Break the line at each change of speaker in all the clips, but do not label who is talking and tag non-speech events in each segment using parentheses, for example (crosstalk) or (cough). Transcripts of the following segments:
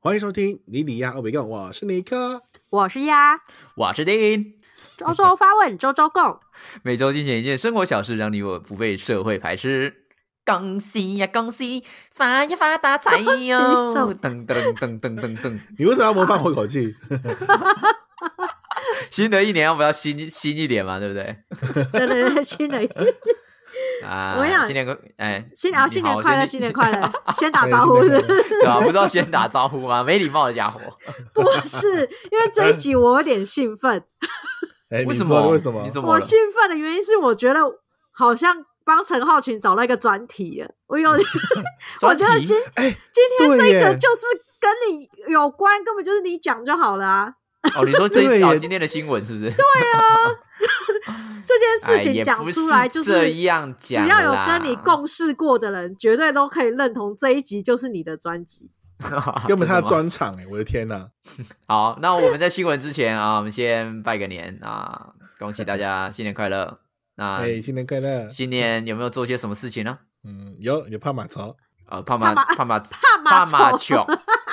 欢迎收听尼里亚欧美共，我是尼克。
我是鸭，
我是丁，
周周发问，周周
(laughs)
共。
每周精选一件生活小事，让你我不被社会排斥。恭喜呀，恭喜，发呀发
(laughs)
大财哟！
恭喜手
噔噔噔噔噔噔，
你为什么要模仿我口气？
新的一年要不要新新一点嘛？对不对？
对对对，
(laughs)
新的一
啊，
我想
新年快
(laughs)
哎，
新年啊，
你
新
好
年快乐，新
新
年快乐，
(laughs)
先打招呼是不是
对啊，不知道先打招呼吗？没礼貌的家伙，
(laughs) 不是？因为这一集我有点兴奋，
(laughs) 哎，(laughs)
为
你
什
说
么？
为什么
你？ (laughs) 怎么
我
了？
兴奋的原因是我觉得好像帮陈浩群找到一个专题了。我
(laughs)
有， (laughs) 我
专
觉得
题
今
哎
今天
对
这个
耶
就是跟你有关，根本就是你讲就好了啊。
哦，你说
对
这
耶
哦今天的新闻是哎不是？对
这件事情讲出来就是
这样讲
只
啦，
要有跟你
(laughs)
共事过的人，绝对都可以认同这一集就是你的专辑。
根本他的
真吗
专场哎、我的天哪！
好，那我们在新闻之前啊，我们先拜个年啊，恭喜大家新年快乐。那
哎，新年快乐！
新年有没有做些什么事情呢？
嗯，有有帕马曹，
呃，帕马
马
帕马
怕马
帕马
丑，
球，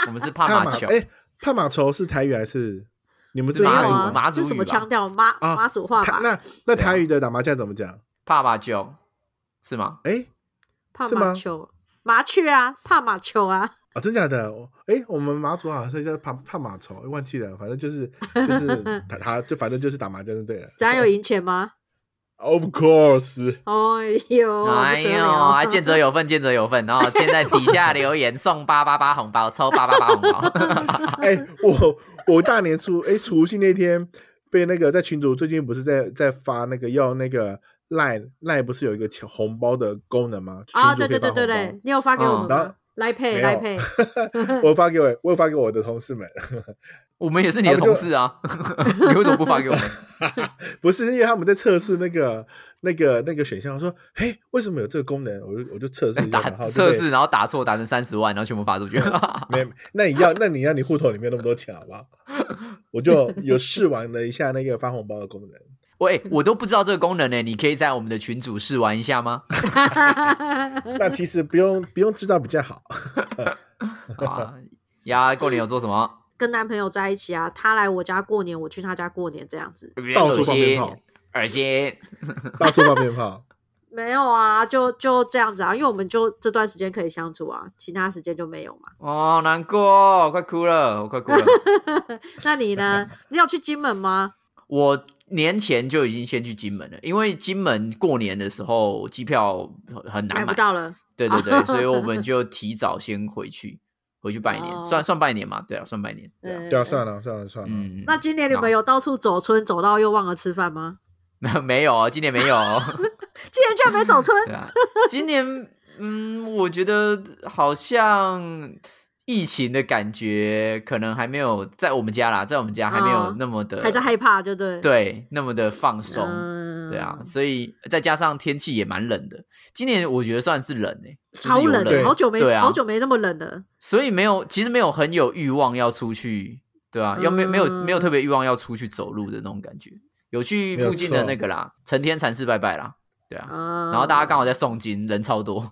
我们是帕马球，
哎，帕马曹是台语还是你们
是
最
没
爱
有
马
啊
祖，马祖
这什么
语吧
腔调？妈
啊
妈祖话吧？
那那台语的打麻将怎么讲？
帕马球是吗？
哎
怕
是
马
吗
球，麻雀啊，怕马球啊，
啊，真假的？我哎，我们马祖好像叫帕帕马曹，忘记了，反正就是就是 (laughs) 他他就反正就是打麻将就对了。
这样有赢钱吗？ (laughs)
Of course，
哎呦，
哎
不得了 (laughs)
呦，啊，见者有份，见者有份。然后现在底下留言送八八八红包，抽八八八
(laughs)
红包。
(laughs)
哎、我我大年初哎、除夕那天被那个在群主最近不是在在发那个要那个赖赖不是有一个抢红包的功能吗？
啊，
群
对
主可以
对
发
对对
红包
对，你有发给我们
嗯然后
吗？来配
没
来
有
配， (laughs)
我发给我我有发给我的同事们，
我们也是你的同
(laughs)
事啊，你为什么不发给我们？
不是因为他们在测试那个那个那个选项，我说嘿为什么有这个功能？我就我就测试一下，
打
然后就
测
被
试，然后打错，打成三十万，然后全部发出去。
没，那你要那你要你户头里面那么多钱好不好？我就有试玩了一下那个发红包的功能，
喂，我都不知道这个功能呢，你可以在我们的群组试玩一
(laughs)
下吗？
那其实不用不用知道比较好。
啊，呀，过年有做什么？
跟男朋友在一起啊，他来我家过年，我去他家过年，这样子
到处放鞭
心，
炮，
恶心。
到处放鞭炮。
没有啊，就就这样子啊，因为我们就这段时间可以相处啊，其他时间就没有嘛。
哦，难过，我快哭了，我快哭了。
那你
(laughs)
呢？你有去金门吗？
我年前就已经先去金门了，因为金门过年的时候机票很很
买
难
不
买，
到了，
对
(laughs)
对对，所以我们就提早先回去，回去拜年，
哦
算算拜年嘛，对啊，算拜年，对啊，
嗯
对啊，算了算了算了，
嗯，
那今年你们有到处走村，走到又忘了吃饭吗？
那 (laughs) 没有，啊今年没
(laughs)
有。
今年居然没走村，
对啊，今年嗯，我觉得好像疫情的感觉可能还没有在我们家啦，在我们家还没有
哦
那么的，
还在害怕，就对。，
对那么的放松，
嗯
对啊，，所以再加上天气也蛮冷的，今年我觉得算是冷诶、就是
超
有
冷的，
对
好久没、
对啊
好久没这么冷了。
所以没有其实没有很有欲望要出去，对啊，又没没有没有特别欲望要出去走路的那种感觉，有
嗯
去
没有
附近的
错哦
那个啦，成天禅寺拜拜啦，对啊，
啊
然后大家刚好在诵经，人超
(laughs)
多。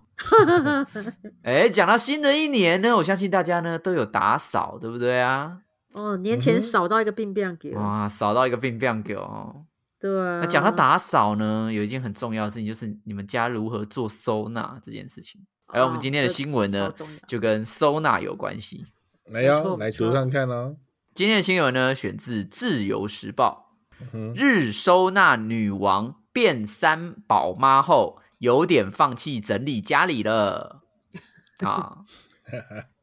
哎，讲到新的一年呢，我相信大家呢都有打扫，对不对啊？
哦，年
嗯
前
哼
少到一个病病给我，
哇，扫到一个病病狗哦。
对啊。
那讲到打扫呢，有一件很重要的事情，就是你们家如何做收纳这件事情。
哦，
哎，我们今天的新闻
这
呢
超，重要
就跟收纳有关系。
来
没
哟，
错
来
没
读
错
上看哦。
今天的新闻呢，选自《自由时报》。
嗯哼，
日收纳女王变三宝妈后，有点放弃整理家里了
(laughs)
啊！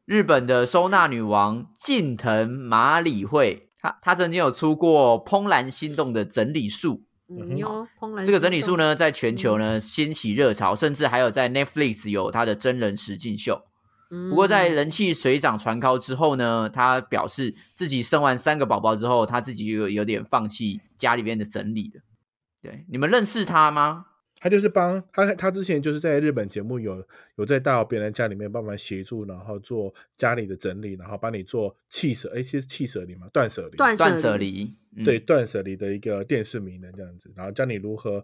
日本的收纳女王近藤麻里惠，她她曾经有出过《怦然心动》的整理术。
嗯哟，怦然
这个
心
整理术
动，
呢，在全球
嗯
呢掀起热潮，甚至还有在 Netflix 有她的真人实境秀。
嗯
不过在人气水涨船高之后呢，她表示自己生完三个宝宝之后，她自己有有点放弃家里边的整理的。对，你们认识她吗？
他就是帮他，他之前就是在日本节目有有在到别人家里面帮忙协助，然后做家里的整理，然后帮你做弃舍，哎，其实弃舍离嘛，断舍离，
断
断
舍
舍，离，嗯
对，断舍离的一个电视名人这样子，然后教你如何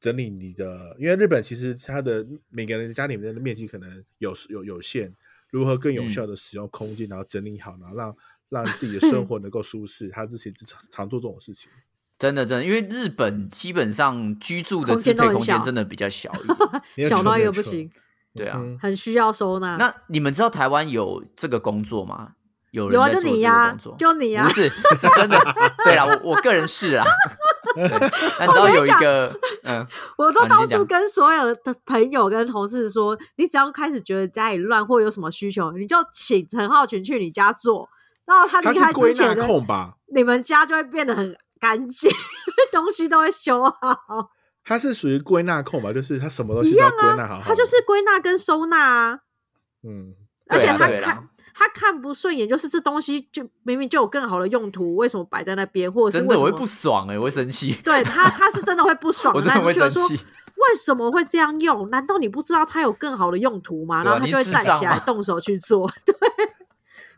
整理你的，因为日本其实它的每个人家里面的面积可能有有有限，如何更有
嗯
效的使用空间，然后整理好，然后让让自己的生活能够舒适。他之前就常常做这种事情。
真的真的，因为日本基本上居住的
空
支
间都
配
很
空间
小
真的比较小
(laughs)
一点。
你有
小
错
到
没
一
有
个不
错
行，
对啊
嗯哼
很需要收纳。
那你们知道台湾有这个工作吗？有人
有啊，
在
就
做
你
这个
呀、
工作
就你呀、
不是是真的。对啦，我我个人是啦。对但你知道有一个嗯，
(laughs) 我
啊
都
你
到
先
处
讲
跟所有的朋友跟同事说，你只要开始觉得家里乱或有什么需求，你就请陈浩群去你家做，然后他
他
离开
是归
之前
纳
呢，
控吧？
你们家就会变得很干净， (laughs) 东西都会修
哦
好，
他是属于归纳控吧？就是他什么东
一
西都
样
要归纳好
啊
好。，
他就是归纳跟收纳啊，
嗯，
而且
对啦啊
他
对啦
看。他看不顺眼，就是这东西就明明就有更好的用途，为什么摆在那边，或者是
真
为
的
什
我
么
会不爽哎，我会生气，
对他，他是真的会不爽
(laughs) 我，真
那
的
你
会
就觉得
生
说 (laughs)
气。
为什么会这样用？难道你不知道它有更好的用途吗？
对
然
啊
后他就会
你智障
站起来
吗
动手去做。 (laughs) 对，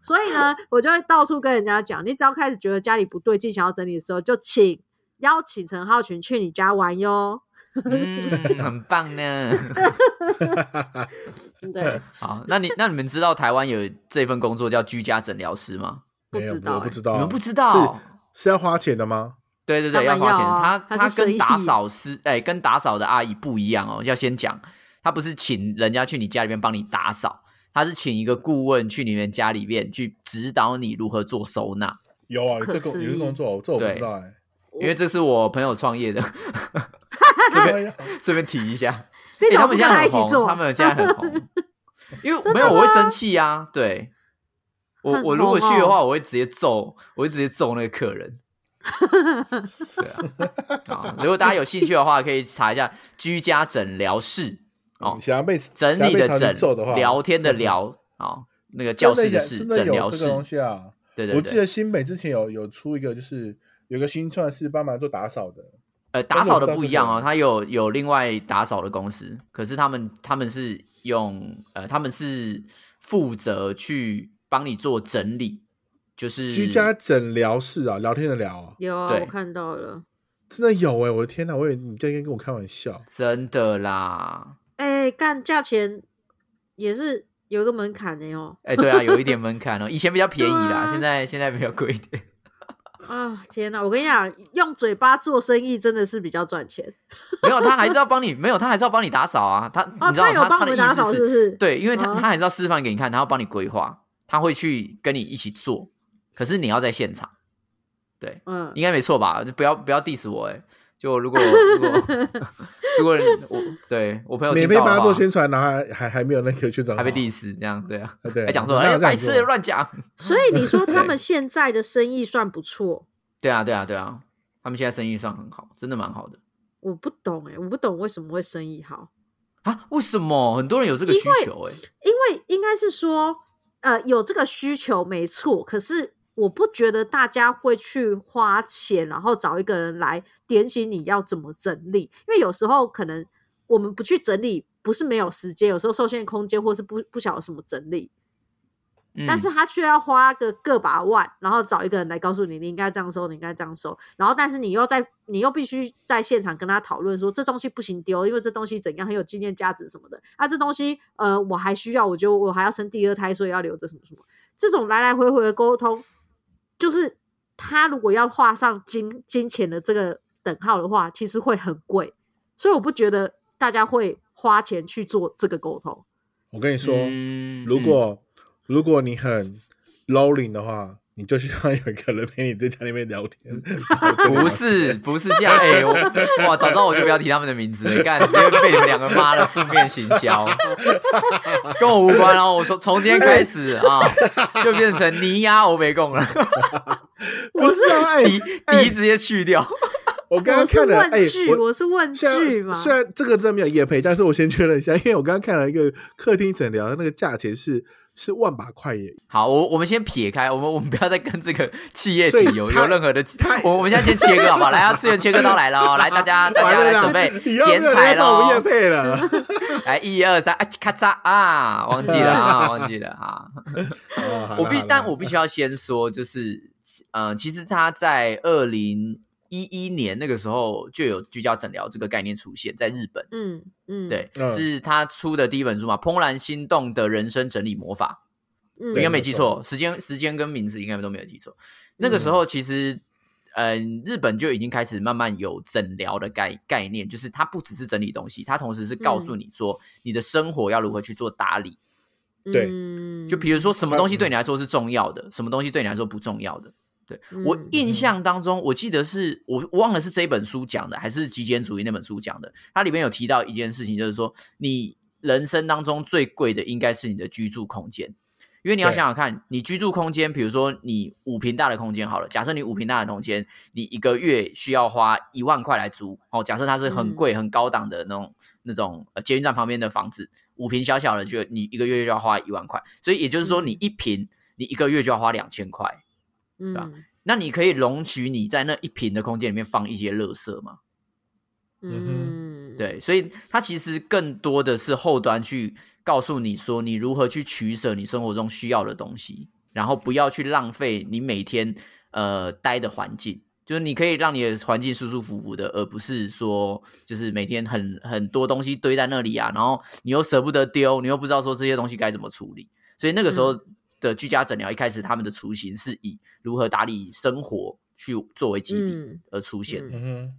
所以呢，我就会到处跟人家讲，你只要开始觉得家里不对劲，想要整理的时候，就请邀请陈浩群去你家玩哟。
嗯，很棒呢。 (laughs)
对，
好，那你那你们知道台湾有这份工作叫居家诊疗师吗？
不
没有
知道
我
欸
不知道，啊
你们不知道？哦
是是要花钱的吗？
对对
当
对，要
然
花
要
钱。
啊
他
他
他
是生
跟
意
打扫师哎，跟打扫的阿姨不一样哦。要先讲，他不是请人家去你家里面帮你打扫，他是请一个顾问去你们家里面去指导你如何做收纳。
有啊，有
可
这工
思
有这
议
工作，这我不
对
知道
(laughs)
哎。
因为这是我朋友创业的，
这
这边
个
顺便提一下。
你
欸
怎
他
么
们
不
现
跟
在
他一
很
起
红，
做？
他们现在很
(laughs)
红，因为没有我会生气啊。对，我
很
我如果去
红
的
哦
话，我会直接揍，我会直接揍那个
(laughs)
客人。对啊，啊，如果大家有兴趣的话，可以查一下居家诊疗室哦
嗯，想要被
整理的
整
整，
的话，
聊天的聊
(laughs)
啊、哦，那个教室
真的假
室
真
诊
的
疗
有这
室
个，东西啊。
对
我
对
记
对
得，新北之前有有出一个，就是有个新创是帮忙做打扫的，
呃，打扫的
但是我不知道
不一样
这
哦，
个
他有有另外打扫的公司，可是他们他们是用呃，他们是负责去帮你做整理，就是
居家诊疗室啊，聊天的聊啊，
有啊，
对
我看到了。
真的有哎、我的天哪，我以为你在跟我开玩笑。
真的啦，
哎，干价钱也是有一个门槛的哦哟。
哎、对啊，有一点门槛哦，以前比较便宜啦，
(laughs) 对啊
现在现在比较贵一点。
啊，天哪！我跟你讲，用嘴巴做生意真的是比较赚钱。
没有，他还是要帮你，没有，他还是要帮你打扫啊。他、
哦，
你知道
有帮我
他的
们
意
打
思
扫是不是？，
对，因为他、
哦
他还是要示范给你看，他要帮你规划，他会去跟你一起做，可是你要在现场。对，
嗯，
应该没错吧？不要不要 diss 我哎、就如果如
(laughs)
果如果我对我朋友
免
听
费
到
帮
的
他
话
做，宣传，然后还还还没有那个宣传好，
还被 diss 这样对啊，
啊对，
还讲说
哪
哎
有这样
白
做
痴乱讲，
所以你
(laughs)
说
对
他们现在的生意算不错，
对啊对啊对啊，他们现在生意上很好，真的蛮好的
我不懂哎、我不懂为什么会生意好，
啊。为什么很多人有这个
因
需
为
求哎、
因为应该是说，呃，有这个需求没错，可是我不觉得大家会去花钱，然后找一个人来点醒你要怎么整理，因为有时候可能我们不去整理，不是没有时间，有时候受限空间，或是不不晓得什么整理，
嗯
但是他却要花个个把万，然后找一个人来告诉你，你应该这样收，你应该这样收。然后，但是你又在，你又必须在现场跟他讨论说，这东西不行丢，因为这东西怎样很有纪念价值什么的。啊，这东西呃，我还需要，我觉得我还要生第二胎，所以要留着什么什么。这种来来回回的沟通，就是他如果要画上金金钱的这个等号的话，其实会很贵。所以我不觉得大家会花钱去做这个沟通。
我跟你说，哦
嗯
如
嗯
果如果你很 lowing 的话，你就需要有一个人陪你在家里面聊天。
嗯 (laughs) 不是不是这样，哎、我哇，早知道我就不要提他们的名字了，干直接被你们两个骂了负面行销，跟我无关哦。我从从今天开始啊，就变成尼亚欧北贡了，
不是啊， (laughs) 哎、
迪迪直接
(laughs)
去掉。
我刚刚
我是
看了，哎、
问句，我是问
虽然
句嘛。
虽然这个真的没有夜配，但是我先确认一下，因为我刚刚看了一个客厅诊疗，那个价钱是是万把块耶，
好，我我们先撇开，我们我们不要再跟
(laughs)
这个企业
所以
体有
他
有任何的，我我们现在先切割好
(laughs)
不好？来啊，资源切割刀来了哦，来大家大家
完了
来
啦
准备
以后没
剪
有人要
彩
找我们
喽
夜。配
(laughs)
了。
来一二三，啊，咔嚓啊，忘记
(laughs)
了啊，忘记了啊。
哦好啦好
我必
啦，
但我必须要先说，就是呃，其实他在二零一一年那个时候就有居家诊疗这个概念出现在日本，
嗯嗯，
对，
嗯
是他出的第一本书嘛，《怦然心动的人生整理魔法》
嗯
我应该
对
没记错，时间时间跟名字应该都没有记错。那个时候其实，嗯、日本就已经开始慢慢有诊疗的概概念，就是它不只是整理东西，它同时是告诉你说你的生活要如何去做打理。
对
嗯
就比如说什么
它
东西对你来说是重要的，什么东西对你来说不重要的。对我
嗯
印
嗯
象当中，我记得是我我忘了是这一本书讲的，还是极简主义那本书讲的。它里面有提到一件事情，就是说你人生当中最贵的应该是你的居住空间，因为你要
对
想想看，你居住空间，比如说你五平大的空间好了，假设你五平大的空间，你一个月需要花一万块来租哦，假设它是很
嗯
贵、很高档的那种那种呃捷运站旁边的房子，五平小小的就你一个月就要花一万块，所以也就是说你一平你一个月就要花两千块。
嗯
吧那你可以容许你在那一平的空间里面放一些垃圾吗？
嗯，
对，所以它其实更多的是后端去告诉你说，你如何去取舍你生活中需要的东西，然后不要去浪费你每天呃待的环境。就是你可以让你的环境舒舒服服的，而不是说就是每天很很多东西堆在那里啊，然后你又舍不得丢，你又不知道说这些东西该怎么处理。所以那个时候的居家诊疗一开始他们的雏形是以如何打理生活去作为基底
嗯
而出现
嗯
的。
嗯哼，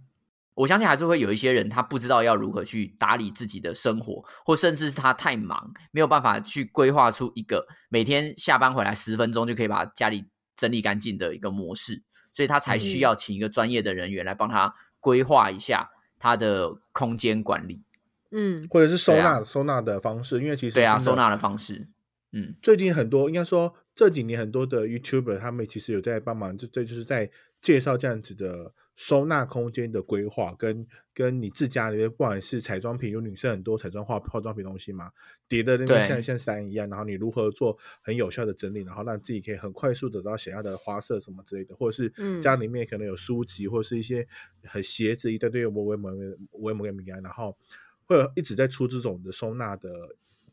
我相信还是会有一些人，他不知道要如何去打理自己的生活，或甚至是他太忙，没有办法去规划出一个每天下班回来十分钟就可以把家里整理干净的一个模式，所以他才
嗯
需要请一个专业的人员来帮他规划一下他的空间管理，
嗯
或者是收
对啊
纳、收纳的方式，因为其实
对啊，
真的
收纳的方式，嗯，
最近很多，应该说这几年很多的 YouTuber 他们其实有在帮忙，就这就是在介绍这样子的收纳空间的规划，跟跟你自家里面不管是彩妆品，有女生很多彩妆化化妆品东西嘛，叠的那
对
边像像山一样，然后你如何做很有效的整理，然后让自己可以很快速地得到想要的花色什么之类的，或者
嗯
是家里面可能有书籍或是一些很鞋子一大堆我我某个我某个名然后会有一直在出这种的收纳的。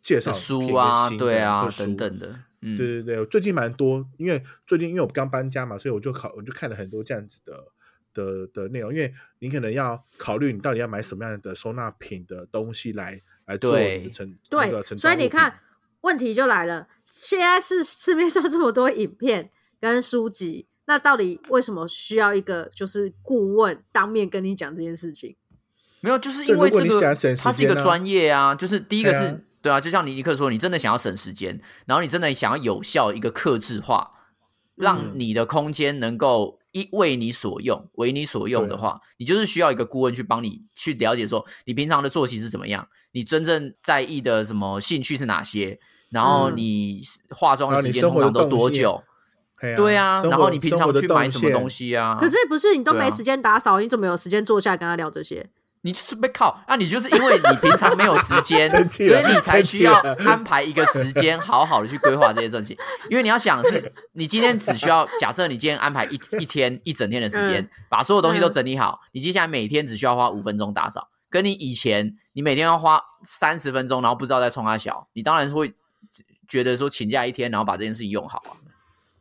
介绍品
书
跟
啊，
新的
对
或
啊，
书
等等的，嗯，
对对对，我最近蛮多，因为最近因为我刚搬家嘛，所以我就考我就看了很多这样子的的的内容，因为你可能要考虑你到底要买什么样的收纳品的东西来来做你
对
的成那个
对，
成
所以
装
你
物品
看，问题就来了，现在是市面上这么多影片跟书籍，那到底为什么需要一个就是顾问当面跟你讲这件事情？
没有，就是
对
因为
如果
这
你
个，
想省时
它是一个
间啊
专业啊，就是第一个
对啊
是，对啊，就像尼尼克说，你真的想要省时间，然后你真的想要有效一个克制化，让
嗯
你的空间能够一为你所用，为你所用的
对啊
话，你就是需要一个顾问去帮你去了解说你平常的作息是怎么样，你真正在意的什么兴趣是哪些，然后
嗯
你化妆
然后
的时
你
间
生
通
活的
常都
动
多
线
久？
嘿
对啊，
生
然
活
后你平
生
常
活的
去买
动
什么东
线？
西啊？
可是不是你都
对
没
啊
时间打扫，你怎么有时间坐下跟他聊这些？
你就是被靠，那、你就是因为你平常没有时间，
(laughs) 生
所
气了
以你才
生气
需要
了
安排一个时间，好好的去规划这些事情。因为你要想是，你今天只需要假设你今天安排一一天一整天的时间
嗯，
把所有东西都
嗯
整理好，你接下来每天只需要花五分钟打扫，跟你以前你每天要花三十分钟，然后不知道在冲他小，你当然会觉得说请假一天，然后把这件事情用好啊，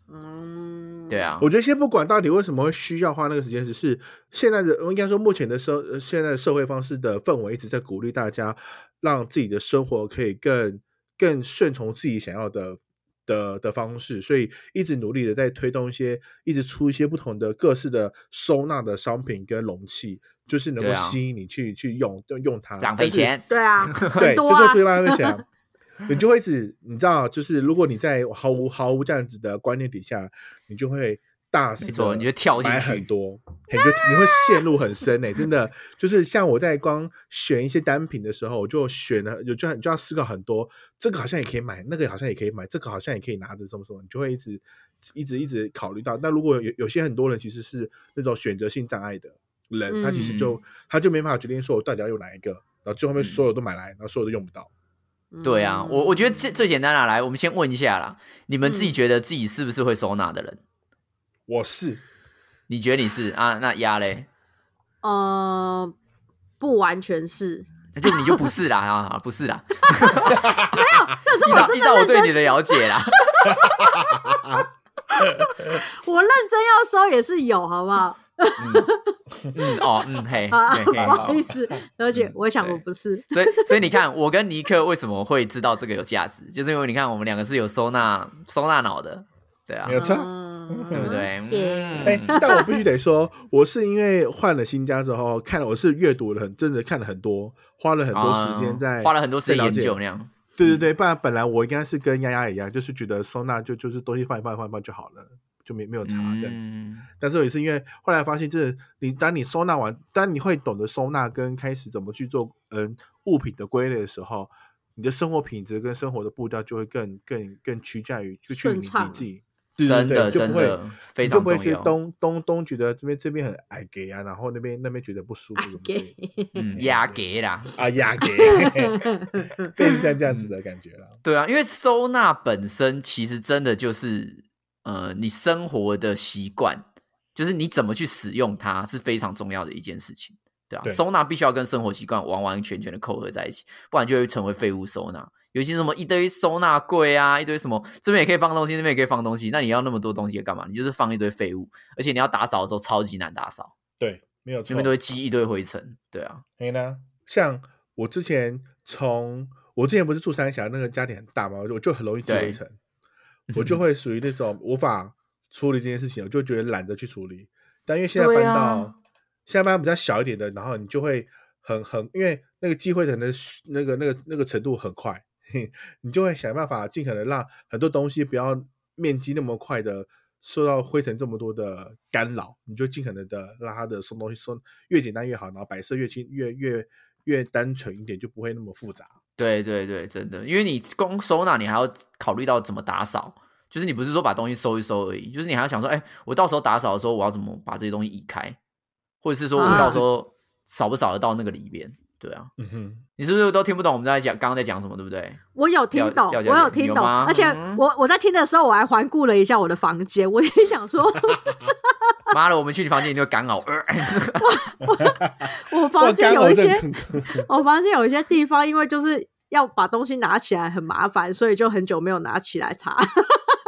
嗯，
对，啊，
我觉得先不管到底为什么会需要花那个时间，只是现在的应该说目前的社呃现在的社会方式的氛围一直在鼓励大家，让自己的生活可以更更顺从自己想要的的的方式，所以一直努力的在推动一些，一直出一些不同的各式的收纳的商品跟容器，就是能够
对啊
吸引你去、去用就用它，
浪费
但是
钱。
对
(laughs)
啊，
对，
很
就
多
是
啊
出，去浪费钱， (laughs) 你就会一直，你知道，就是如果你在毫无毫无这样子的观念底下，你就会大肆
没错
地
你就跳进
买
去
很多，你就你会陷入很深呢、真的就是像我在光选一些单品的时候，我就选了，就就很就要思考很多，这个好像也可以买，那个好像也可以买，这个好像也可以拿着什么什么，你就会一直一直一直考虑到。那如果有有些很多人其实是那种选择性障碍的人，他其实就他就没办法决定说我到底要用哪一个，然后最后面
嗯
所有都买来，然后所有都用不到。
对啊，我我觉得最
嗯
最简单的来，我们先问一下啦，你们自己
嗯
觉得自己是不是会收纳的人？
我是
你觉得你是啊？那鸭嘞？
呃不完全是，
那就你就不是啦 (laughs) 啊，不是啦。
可是我真
依照依
的
照我
认
对
真
你的了
(laughs)
解啦，
我认真要收也是有，好不好？
嗯嗯哦
(laughs)
嗯嘿，
啊，
嘿
不
嘿
好意思，而且
嗯
我想
对
我不是，
所以，所以你看，我跟尼克为什么会知道这个有价值，就是因为你看我们两个是有收纳收纳脑的，对啊
没，有错。
嗯
对不对？
耶
哎、
嗯
但我必须得说，我是因为换了新家之后，看了我是阅读了很，真的看了很多，花了很多时间在、
啊花了很多时间
在了
研
解
究那样。嗯
对对对，不然本来我应该是跟丫丫一样，就是觉得收纳就就是东西放一放放一放就好了，就没没有差这样子。
嗯，
但是我也是因为后来发现，就是你当你收纳完，当你会懂得收纳跟开始怎么去做嗯物品的归类的时候，你的生活品质跟生活的步调就会更更更趋向于就去
顺
你
畅
你自己，对对
真
对，
的
就
真
不会
的非
你就
常
不会
重
去
要。
东东东觉得这边这边很矮给啊，然后那边那边觉得不舒服
哎
什么之类的
给，
(laughs)
嗯，压给啦，
啊压
(laughs)
给，变成像这样
嗯
子的感觉了。
对啊，因为收纳本身其实真的就是呃，你生活的习惯，就是你怎么去使用它是非常重要的一件事情，对啊，
对
收纳必须要跟生活习惯完完全全的扣合在一起，不然就会成为废物收纳。尤其是什么一堆收纳柜啊，一堆什么这边也可以放东西，那边也可以放东西，那你要那么多东西干嘛？你就是放一堆废物，而且你要打扫的时候超级难打扫，
对，没有错
那。边都会积一堆灰尘，对啊，
你呢？像我之前从我之前不是住三峡，那个家里很大嘛，我就我就很容易积
对
灰尘，我就会属于那种无法处理这件事情，我就觉得懒得去处理。但因为现在搬
对
到、
啊
现在搬比较小一点的，然后你就会很很，因为那个积灰尘的那个那个那个程度很快，你就会想办法尽可能让很多东西不要面积那么快的受到灰尘这么多的干扰，你就尽可能的让它的送东西送越简单越好，然后摆设越轻越越越单纯一点，就不会那么复杂。
对对对，真的，因为你光收纳，你还要考虑到怎么打扫，就是你不是说把东西收一收而已，就是你还要想说，哎，我到时候打扫的时候，我要怎么把这些东西移开，或者是说我
啊
到时候扫不扫得到那个里边？对啊，
嗯哼，
你是不是都听不懂我们在讲刚刚在讲什么，对不对？
我有听懂，
要
我
要
有
了解
听
有
懂，
吗
而且
嗯
我我在听的时候，我还环顾了一下我的房间，我心想
(laughs)
说，
妈的，我们去你房间你就干呕，呃
我
哇
房间有一些，
干呕症
我房间有一些地方，因为就是要把东西拿起来很麻烦，所以就很久没有拿起来擦。 (laughs)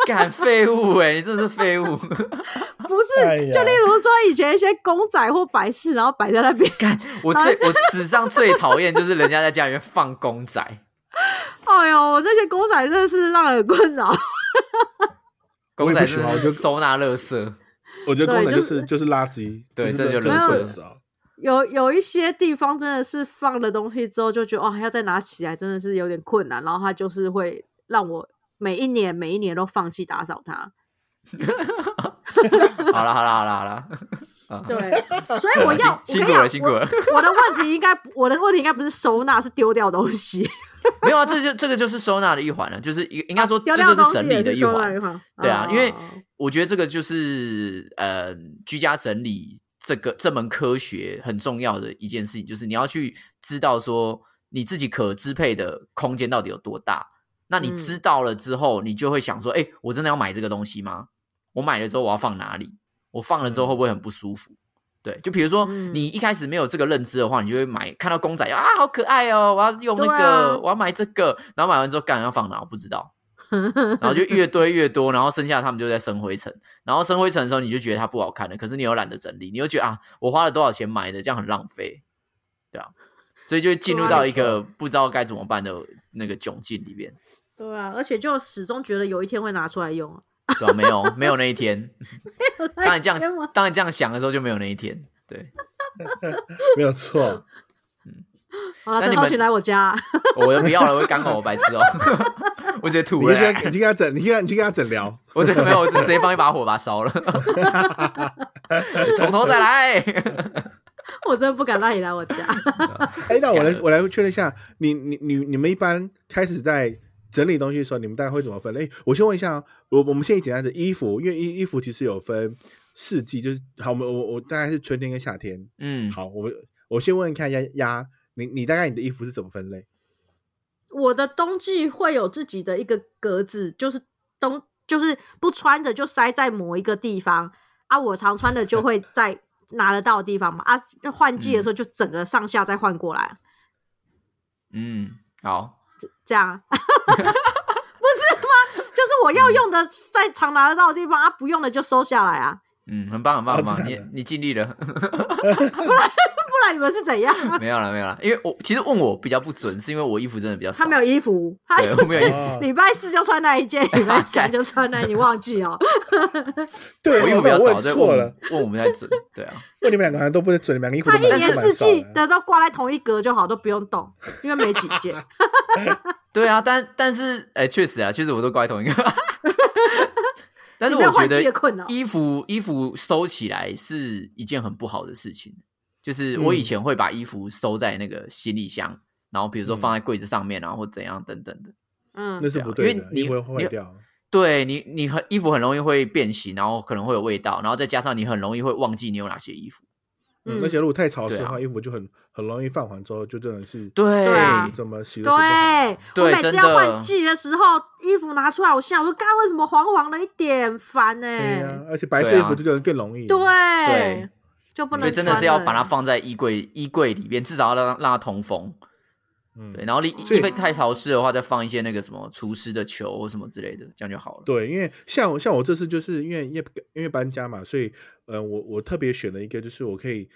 干废物哎、你真的是废物， (laughs)
不是，
哎呀
就例如说以前一些公仔或摆饰，然后摆在那边， (laughs)
干我最我史上最讨厌就是人家在家里面放公仔，
哎呦，我那些公仔真的是让人困扰。
我
公
也
仔
不喜
真
欢
的
我就是
收纳垃圾。
我觉得功
对
能
就
就是就是垃圾，
对
是
这就
垃
垃圾
圾少。
有有一些地方真的是放了东西之后就觉得哦，还要再拿起来真的是有点困难，然后它就是会让我每一年每一年都放弃打扫它。
好了好了好了好了，啊
(laughs) 对，所以我要
辛
我
辛苦
跟
了
你
辛
讲
苦了。 (laughs)
我我的问题应该我的问题应该不是收纳，是丢掉东
(laughs)
西， (laughs)
没有啊，这就这个就是收纳的一环了，就是一应该说
丢
这
掉
就
啊东
是
西
整理
也
的
是
一
收纳
环
一。环。
对啊，因为
哦
我觉得这个就是呃居家整理这个这门科学很重要的一件事情，就是你要去知道说你自己可支配的空间到底有多大。那你
嗯
知道了之后，你就会想说，哎、我真的要买这个东西吗？我买了之后我要放哪里？我放了之后会不会很不舒服？对，就比如说
嗯
你一开始没有这个认知的话，你就会买看到公仔啊，好可爱哦，我要用那
对
个，
啊
我要买这个，然后买完之后干要放哪我不知道，然后就越堆越多，然后剩下他们就在生灰尘，然后生灰尘的时候你就觉得它不好看了，可是你又懒得整理，你又觉得啊，我花了多少钱买的，这样很浪费，对啊，所以就会进
啊
入到一个不知道该怎么办的那个窘境里面，
对啊，而且就始终觉得有一天会拿出来用。啊
对吧、没有没有那一
(laughs)
天，当你这样
那一天吗
当你这样想的时候就没有那一天，对。
没有
(laughs)
错，
好了，
那
陈
你
浩
们
群来我家， (laughs)
我就不要了，我会干呕，我白痴哦、 (laughs) 我直接
你
吐
就
了
跟，他你就跟他整，你就跟他你就跟他整聊。
(laughs) 我直接没有，我直接放一把火把它烧 (laughs) 了，从头再来。
我真的不敢让你来我家。
哎，那我
干
来
(laughs) 了
我来确认一下，你你你你们一般开始在整理东西的时候，你们大概会怎么分类？我先问一下哦，我我们现在简单的衣服，因为衣衣服其实有分四季，就是好，我们我我大概是春天跟夏天。
嗯，
好，我们我先问看丫丫，你你大概你的衣服是怎么分类？
我的冬季会有自己的一个格子，就是冬就是不穿的就塞在某一个地方啊，我常穿的就
(laughs)
会在拿得到的地方嘛啊，换季的
嗯
时候就整个上下再换过来，
嗯，好，
(laughs)
这样不
嗯
是吗？就是我要用的在常拿得到的地方啊，不用的就收下来啊，
嗯，很棒，很棒，很
啊
棒，
真
你
的
你尽力了， (laughs)
不然你们是怎样？
没有了，没有了，因为我其实问我比较不准，是因为我衣服真的比较少，
他没有衣服，他
对
就
我没有衣
是
服
哦
礼拜四就穿那一件，礼拜三就穿那一件，你忘记哦？
对，
我衣
我
服比较
问
少，所以
错了
问，我问我们才准，对啊，
问你们两个好像 (laughs) 都不是准，你们两个衣服
他
都
一
蛮
年
都蛮
四
少
季
的。
的都挂在同一格就好，都不用动，因为没几件。
对啊，但但是，哎，确实啊，确实我都怪同一个， (laughs) 但是
你没有
我觉
换季
得
的困扰。
衣服衣服收起来是一件很不好的事情，就是我以
嗯
前会把衣服收在那个行李箱，然后比如说
嗯
放在柜子上面啊，或怎样等等的。
那
嗯，
是
对啊
不
因
对
为
的，
你
衣服会坏
你
掉。
对你，你很衣服很容易会变形，然后可能会有味道，然后再加上你很容易会忘记你有哪些衣服。
嗯
嗯，
而且如果太潮湿的
对
话，衣服就很很容易泛黄，之后就真的是
对
对啊
怎么洗都洗不好。
对，
对
我每次
真
要
的
换季的时候，衣服拿出来，我心想说，刚为什么黄黄的一点，很烦呢、
对呀，而且白色
对
衣
啊
服这个更容易。
对，
对
就不能
所以真的
穿
是要
了
把它放在衣柜衣柜里边，至少要让让它通风。
嗯，
对，然后你
所以
衣服太潮湿的话，再放一些那个什么除湿的球或什么之类的，这样就好了。
对，因为像我像我这次就是因为因为因为搬家嘛，所以呃，我我特别选了一个，就是我可以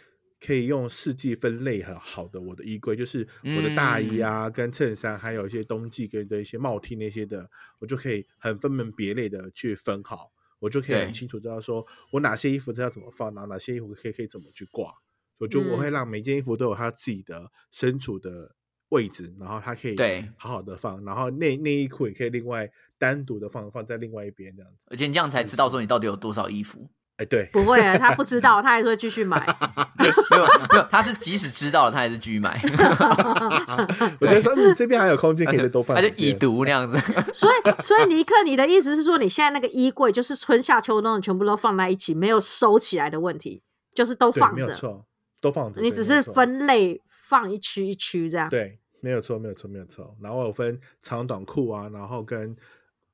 可以用四季分类很好的我的衣柜，就是我的大
嗯
衣啊、跟衬衫，还有一些冬季跟的一些帽 T 那些的，我就可以很分门别类的去分好，我就可以
对
很清楚知道说我哪些衣服是要怎么放，然后哪些衣服可以可以怎么去挂。我就我会
嗯
让每件衣服都有它自己的身处的位置，然后它可以
对
好好的放，然后内内衣裤也可以另外单独的放放在另外一边这样子。
而且你这样才知道说你到底有多少衣服。
哎，对，
不会、啊他不知道，他还是会继续买。
没有没有，他是即使知道了，他还是继续买，
我觉得说嗯这边还有空间
他
可以
就
再多
(laughs)
放
他就
几
已
件。
读那样子。
所以，所以尼克，你的意思是说，你现在那个衣柜就是春夏秋冬全部都放在一起，没有收起来的问题，就是都
对，
放
没有
着，
错，都放着。
你
对
只
没有
是
错
分类放一区一区这样。
对，没有错，没有错，没有错。然后我有分长短裤啊，然后跟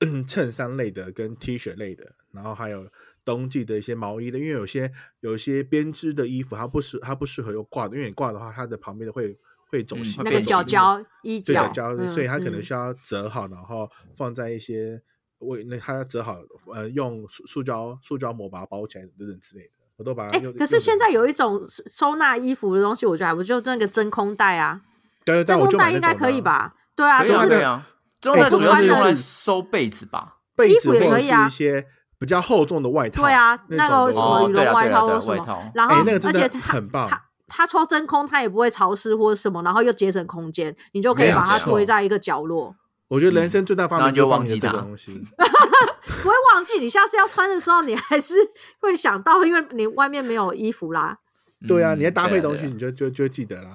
(clears throat) 衬衫类的，跟 T 恤类的，然后还有冬季的一些毛衣的，因为有些有些编织的衣服它不适它不适合用挂的，因为你挂的话，它的旁边的会会走
嗯
形，
会
那
会
个
变
走
角
形
角衣
对
角
角，胶，
嗯
所以它可能
嗯
需要折好，然后放在一些为那它折好，呃，用塑塑胶塑胶膜把它包起来等等之类的，我都把它
哎、
用。
可是
用着
现在有一种收收纳衣服的东西，我觉得还不就那个真空袋啊，
对对对，
真
我
空
就
袋
买
应
那
该
种
可以
的？
吧？对啊，
可以
就
啊，
是
可以
是
啊。中后
哎
主要是用
不
来
穿的
收被子吧？
被
衣
子
服也
或者
可以啊
是一些比较厚重的外套。
对啊，那
种
个
的
什
我
么
哦
羽
对
绒
啊
外
对啊
套
对
或
啊
什
外
么
套，
然后
哎，那个真
而且
的
它
很棒。
它它抽真空，它也不会潮湿或者什么，然后又节省空间，你就可以
没有
把它
错
堆在一个角落，
我觉得人
嗯
生最大发
然后
明
你就是忘
放
记
这个
它
东西。
嗯不会忘记。你下次要穿的时候，你还是会想到，因为你外面没有衣服啦。
对啊，
嗯
你在搭配东。
对
西，
啊对啊啊
你就就就记得啦。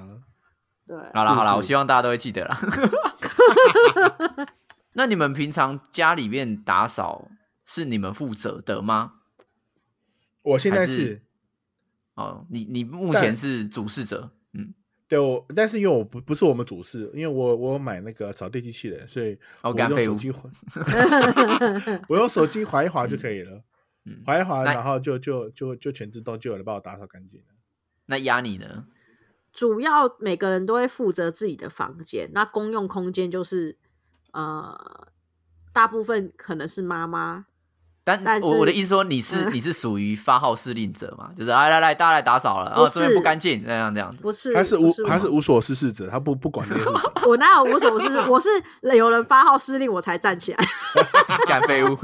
对，
好了
是不
好了，
是
我希望大家都会记得啦。 (laughs) 那你们平常家里面打扫是你们负责的吗？
我现
还
在
是
是
哦，你你目
但
前是主事者，嗯
对我，但是因为我不不是我们主事，因为我我有买那个扫地机器人，所以
哦
我
干
用
废
手
物
机
(laughs)
滑我用手机划一划就可以了，
嗯。
划一划，
那
然后就就就就全自动就有人帮我打扫干净了。
那压你呢？
主要每个人都会负责自己的房间，那公用空间就是呃，大部分可能是妈妈。
但
但
我我的
是
意思说，你是、
嗯
你是属于发号施令者嘛？就是来来来，大家来打扫了，然
不
后这边不
是
干净，那样这样子。
不是，
他是
不
无
是
他
我
是无所事事者，他不不管这些事情。
我哪有无所事事？我
(laughs)
是有人发号施令我才站起来，
干废物，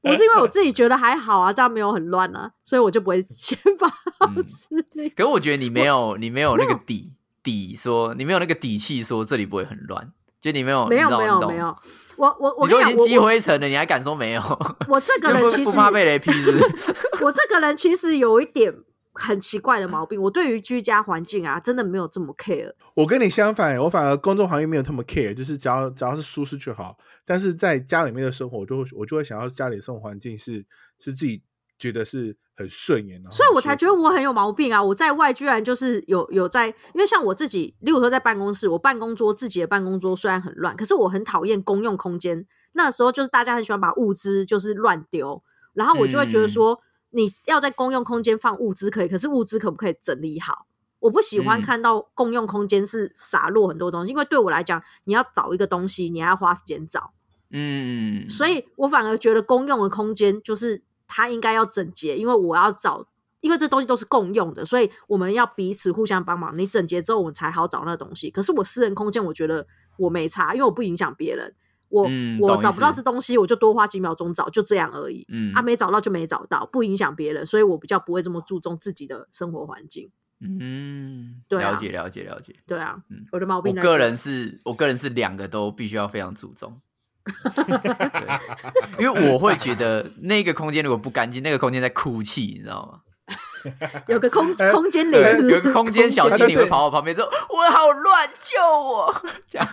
我是因为我自己觉得还好啊，这样没有很乱啊，所以我就不会 (laughs) 先发号
嗯
施令。
可我觉得你没有，你没有那个底底说，你没有那个底气说这里不会很乱，就你没有，
没
你
有
知道
没有
你懂
没有，我我我
你
跟
都
你
已
讲，
经积
我
灰尘了，你还敢说没有？
我我这个
就
人
不
其
不
实
怕被雷劈是不是？
我这个人其实有一点很奇怪的毛病，我对于居家环境啊，真的没有这么 care。
我跟你相反，我反而工作行业没有那么 care，就是只要只要是舒适就好。但是在家里面的生活，我就会我就会想要家里的生活环境是是自己觉得是很顺眼的，
所以我才觉得我
很
很有毛病啊！我在外居然就是有有在，因为像我自己，例如说在办公室，我办公桌自己的办公桌虽然很乱，可是我很讨厌公用空间。那时候就是大家很喜欢把物资就是乱丢，然后我就会觉得说，你要在公用空间放物资可以，可是物资可不可以整理好？我不喜欢
嗯
看到公用空间是洒落很多东西，因为对我来讲，你要找一个东西，你还要花时间找。
嗯，
所以我反而觉得公用的空间就是它应该要整洁，因为我要找，因为这东西都是共用的，所以我们要彼此互相帮忙。你整洁之后，我们才好找那东西。可是我私人空间，我觉得我没差，因为我不影响别人。我、
嗯
我
懂意
找不到
思
这东西，我就多花几秒钟找，就这样而已。
嗯
啊，没找到就没找到，不影响别人，所以我比较不会这么注重自己的生活环境。
嗯，
对啊
了解了解了解。
对啊，
嗯
我的毛
我
病在这。
个人是我个人是两个都必须要非常注重，对，因为我会觉得那个空间如果不干净，那个空间在哭泣，你知道吗？
有个空
哎
空间
对
脸，是不
有
是
一个空间小
间
精灵会
对
跑到我旁边说：“我好乱，救我！” (laughs) 这样，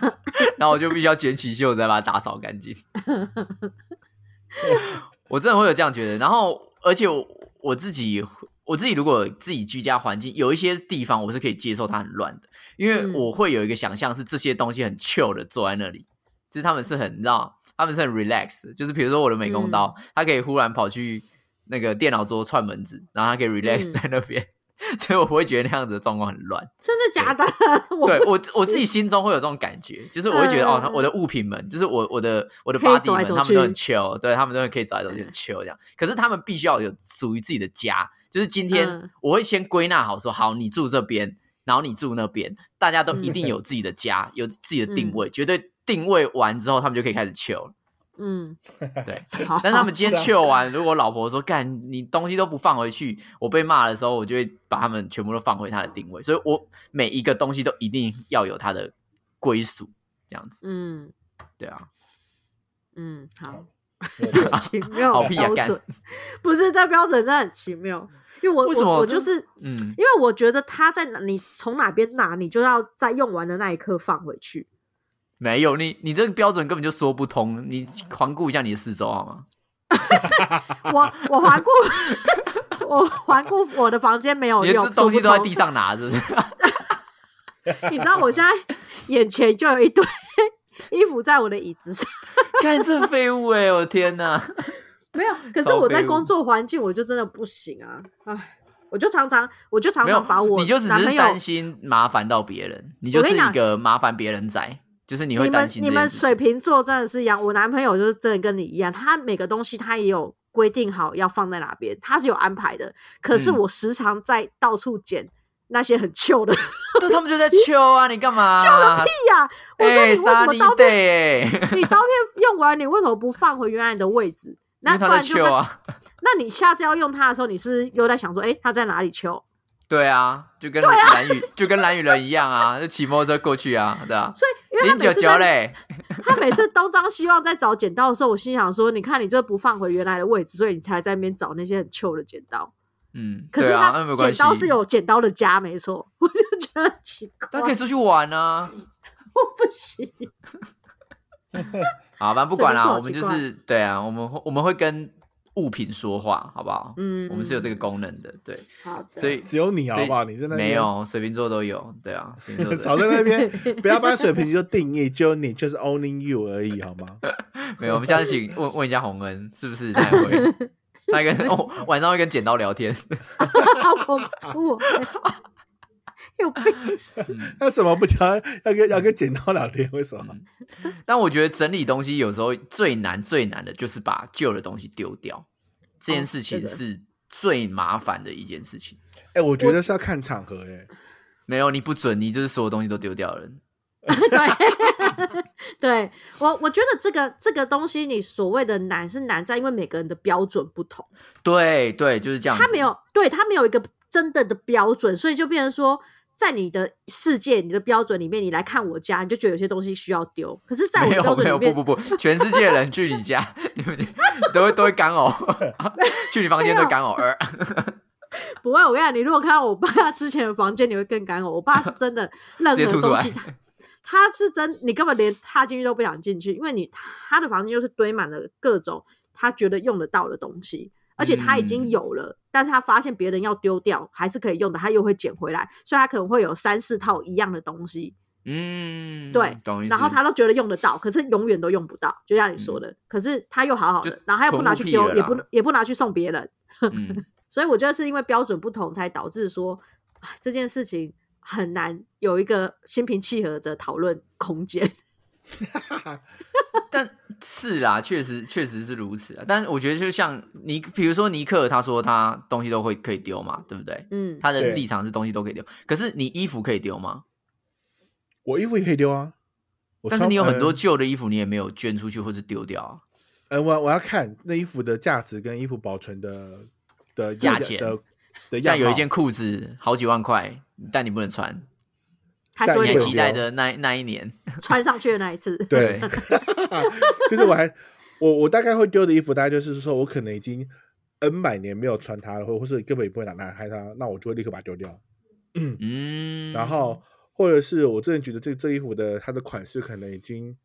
然后我就必须要卷起袖子再把它打扫
(laughs)
干净。我真的会有这样觉得。然后，而且我我自己，我自己如果自己居家环境有一些地方，我是可以接受它很乱的，因为
嗯
我会有一个想象是这些东西很 chill 的坐在那里，就是他们是很你知道，他们是很 relax，的就是比如说我的美工刀，它可以忽然跑去那个电脑桌串门子，然后它可以 relax
嗯
在那边， (laughs) 所以我不会觉得那样子的状况很乱。
真的假的？ (laughs) 我
对
不
我我自己心中会有这种感觉，就是我会觉得、
嗯
哦，我的物品们，就是我我的我的
可以
body
走来
们，
走
他们都很
去嗯
chill，对他们都可以走来走去很 chill 这样。可是他们必须要有属于自己的家，就是今天
嗯
我会先归纳好说，好你住这边，然后你住那边，大家都一
嗯
定有自己的家，有自己的定位，绝对定位完之后，他们就可以开始 chill 了。
嗯，
对， (laughs)
好，
但他们今天
啊
是
chill 完，如果老婆说干你东西都不放回去，我被骂的时候，我就会把他们全部都放回他的定位，所以我每一个东西都一定要有它的归属，这样子，
嗯
对啊，
嗯好，
我
很奇妙，
好屁呀
标
干
准，不是这标准真的很奇妙，因为我
为什么
我我
这
就是
(laughs) 嗯
因为我觉得它在哪你从哪边拿，你就要在用完的那一刻放回去。
没有你，你这个标准根本就说不通，你环顾一下你的四周好吗？
我我
(laughs)
环顾，我环顾哦我的房间没有
你的
用
这，东西
说不
都在
通
地。上拿，是不是？
你知道我现在眼前就有一堆 (laughs) 衣服在我的椅子上，
(laughs) 干这废物哎、我的天哪！
没有。可是
超
我在
废物
工作环境，我就真的不行啊！唉，我就常常，我就常
没有
常把我
你就只
男朋
是
友
担心麻烦到别人，你就
我跟
是
你
一
讲
个麻烦别人仔，就是你会
你
担
们
心
你
这件
们
事
水
情
瓶座真的是一样，我男朋友就是真的跟你一样，他每个东西他也有规定好要放在哪边，他是有安排的。可是
嗯
我时常在到处捡那些很旧的 (laughs)
对他们就在秋啊，你干嘛？
呀、我说
哎，
你为什么刀
Sunny
片
Day，哎
你刀片用完，你为什么不放回原来的位置？(laughs)
因
那
为
不
他在
然就
秋
那、
啊，
那你下次要用它的时候，你是不是又在想说，哎、它在哪里秋？
对啊，就跟蓝雨就跟蓝雨人一样啊，就骑摩托车过去啊，对啊，
所以，因为他
零九
每次
九
在
嘞，
他每次东张西望在找剪刀的时候，我心想说，你看你这不放回原来的位置，所以你才在那边找那些很旧的剪刀。
嗯，
可是
对啊，
他
那没关
剪
系，
刀是有剪刀的家，没错，我就觉得很奇怪，
他可以出去玩啊。
我不行。
好，反正不管啦，
水
我
瓶
们
座
就
好奇怪
是对啊，我们会我们会跟物品说话，好不好？
嗯，
我们是有这个功能的，对，
好的，
所以
只有你
所以
好不好？你真的
没，有水瓶座都有，对啊，水
(laughs)
瓶座都有
少在那
(laughs)
边，不要把水瓶座定义，只有你就是 only you 而已，好
(laughs)
吗？
没有，我们下次请问问一下洪恩是不
(laughs)
是他也会，他也跟、 (laughs) 哦、晚上会跟剪刀聊天，
好恐怖、哦， (laughs) 有病死。 (laughs)
嗯
那什么不挑，要跟要跟剪刀聊天，为什么？
但我觉得整理东西有时候最难最难的就是把旧的东西丢掉，这件事情
对的
是最麻烦的一件事情。
哎，我觉得是要看场合，哎，
没有你不准，你就是所有东西都丢掉了。
对，对我我觉得这个这个东西，你所谓的难是难在，因为每个人的标准不同，
对对，就是这样子。
他没有对他没有一个真的的标准，所以就变成说。在你的世界、你的标准里面，你来看我家，你就觉得有些东西需要丢。可是，在我
没
的标
有
准
没
里
有
面，
不不不，全世界人去你家，你们都会都
(laughs)
会干呕，去你房间都干呕。呃
不会，我跟你讲，你如果看到我爸之前的房间，你会更感我。我爸是真的任
(laughs) 直接吐
何
出
东
来
西，他他是真，你根本连踏进去都不想进去，因为你他的房间就是堆满了各种他觉得用得到的东西，而且他已
嗯
经有了，但是他发现别人要丢掉还是可以用的，他又会捡回来，所以他可能会有三四套一样的东西，
嗯，
对
懂意思。
然后他都觉得用得到，可是永远都用不到，就像你说的，可是他又好好
嗯就
的，然后他又不拿去
囤
丢，
物癖了
也
啦
不也不拿去送别人。
嗯，
所以我觉得是因为标准不同，才导致说啊这件事情很难有一个心平气和的讨论空间。 (laughs)
哎
但是啦，确实确实是如此啊。但是我觉得就像尼，比如说尼克，他说他东西都会可以丢嘛，对不对？
嗯，
他的
对
立场是东西都可以丢，可是你衣服可以丢吗？
(laughs) 我衣服也可以丢啊。我
但是
穿
你有很多
嗯
旧的衣服，你也没有捐出去或是丢掉啊。
呃，我我要看那衣服的价值跟衣服保存的的
价钱
的的样
像有一
貌
件裤子好几万块，但你不能穿，
还是
但
会
你还
也
流
期
有
待的那那一年，
穿上去的那一次。
对， (laughs) 就是我还我我大概会丢的衣服，大概就是说我可能已经 N 百年没有穿它了，或或是根本也不会拿拿开它，那我就会立刻把它丢掉。
(laughs)
(laughs)
嗯，
然后或者是我真的觉得这这衣服的它的款式可能已经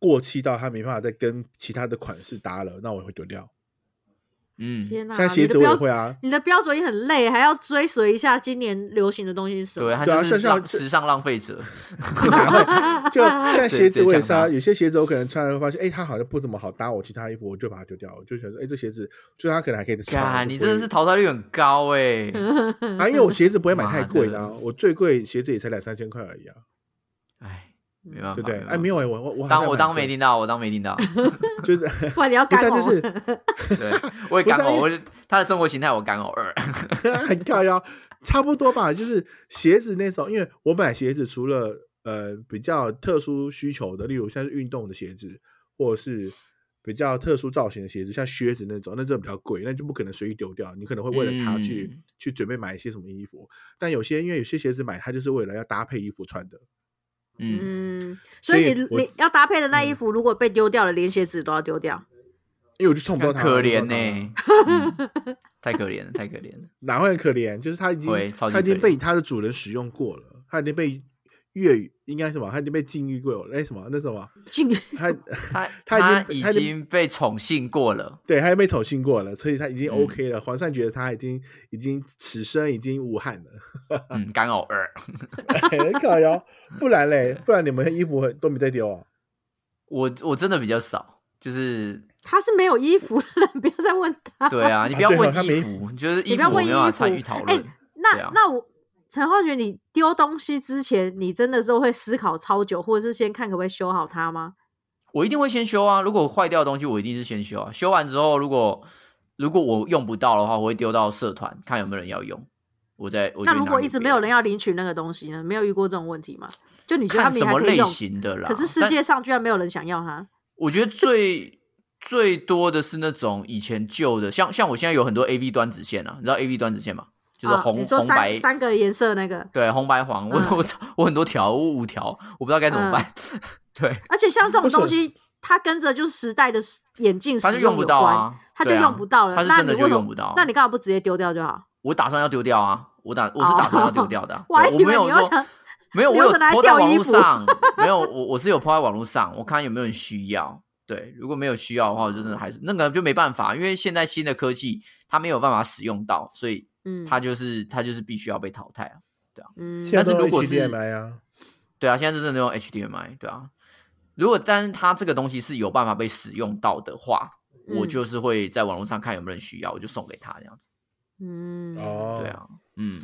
过期到它没办法再跟其他的款式搭了，那我也会丢掉。
嗯，
天哪、
像
你
鞋
的
子我也
标
会啊，
(laughs) 你的标准也很累，还要追随一下今年流行的东西是什么。
对，他
对啊
就是
像
浪时尚浪费
(laughs)
者，
哪会？就像鞋子
对
我也是啊，
对
有些鞋子我可能穿了发现，哎，它好像不怎么好搭我其他衣服，我就把它丢掉。我就想说，哎，这鞋子就它可能还可以再穿。
哇，
就
你
不
真的
会
是淘汰率很高哎、
啊，因为我鞋子不会买
妈
太
的
贵的、啊，我最贵鞋子也才两三千块而已啊，
哎，没办法，
对不对？
办
哎，没有哎、我我我好
嗯当
像
我
买
当
贵
没听到，我当没听到，
就是
不然你要
(laughs) 不是
干
啊
呕。
就是
对，我也
不是啊
干呕，
因
我他的生活形态我干呕二，
很靠腰，差不多吧。就是鞋子那种，因为我买鞋子除了呃比较特殊需求的，例如像是运动的鞋子，或者是比较特殊造型的鞋子，像靴子那种，那真的比较贵，那就不可能随意丢掉。你可能会为了它去、
嗯
去准备买一些什么衣服，但有些因为有些鞋子买它就是为了要搭配衣服穿的， (laughs)
嗯，
嗯，
所
所
以
以你
我
你要搭配的那
嗯
衣服，如果被丢掉了，连鞋子都要丢掉。
因为我就冲不到
很
它，
可
我就
怜
冲不
呢、
到它
嗯太可怜了，太可怜了，
哪会很可怜？就是他已经
会超级
他已经
可怜
被他的主人使用过了，他已经被越狱应该什么？他已经被禁欲过了，哎什么那什么？
进
他
他
他
他
已经
已
他已经
经被宠幸
(laughs)
过了，
对他已经被宠幸过了，所以他已经
嗯
OK 了。黄善觉得他已经已经此生已经无憾了，
嗯，干呕二。
(laughs) 很搞哟。不然嘞，不然你们衣服都没在丢啊？
我我真的比较少，就是
(laughs) (laughs) 他是没有衣服的人，不要再问他。
对啊，你不要
对哦
问
他没
衣服，就是
你
衣
不
服
要
我
问
没
衣
办法
服。
参与讨
哎
论。对
那
啊
那我陈浩觉，你丢东西之前，你真的是会思考超久，或者是先看可不可以修好它吗？
我一定会先修啊，如果坏掉的东西，我一定是先修啊。修完之后，如果如果我用不到的话，我会丢到社团看有没有人要用。我再我
那
就
如
拿
果
给
一直
别
没有人要领取那个东西呢？没有遇过这种问题吗？就你觉得他
看
们
什
还
么
可以
类
用，
型的啦。
可是世
但
界上居然没有人想要它。
我觉得最最多的是那种以前旧的，像像我现在有很多 A V 端子线啊，你知道 A V 端子线吗？就是
啊
红、
你说
红白
三三个颜色那个，
对红白黄，我、 (laughs)
嗯
我我很多条，我五条，我不知道该怎
嗯
么办。 (laughs) 对，
而且
嗯
像这
不是
种东西，它跟着就是时代的眼镜
他
使
就用
有
不到
关，
啊，
它就
对啊
用不到了。
他是
那
真的
你
就
为什
用
么
不到。啊
那你干嘛不直接丢掉就好？
我打算要丢掉啊，我打我是打算要丢掉的啊、
哦 (laughs) 我还
对我
以
没
为
有
你要
说
想
没有，
你
我
要
有
说拿来
抛在
吊
网
衣
络
服 (laughs)
上，没有我我是有抛在网络上，我看有没有人需要。对，如果没有需要的话，我就真的还是那个就没办法，因为现在新的科技它没有办法使用到，所以
嗯，
它就是它就是必须要被淘汰啊。
嗯
现在
但是
都
如
用
果是
HDMI 啊，
对啊，现在就真的用 HDMI，对啊。如果但是它这个东西是有办法被使用到的话，我
嗯
就是会在网络上看有没有人需要，我就送给他这样子。
嗯，
哦，
对，啊，嗯，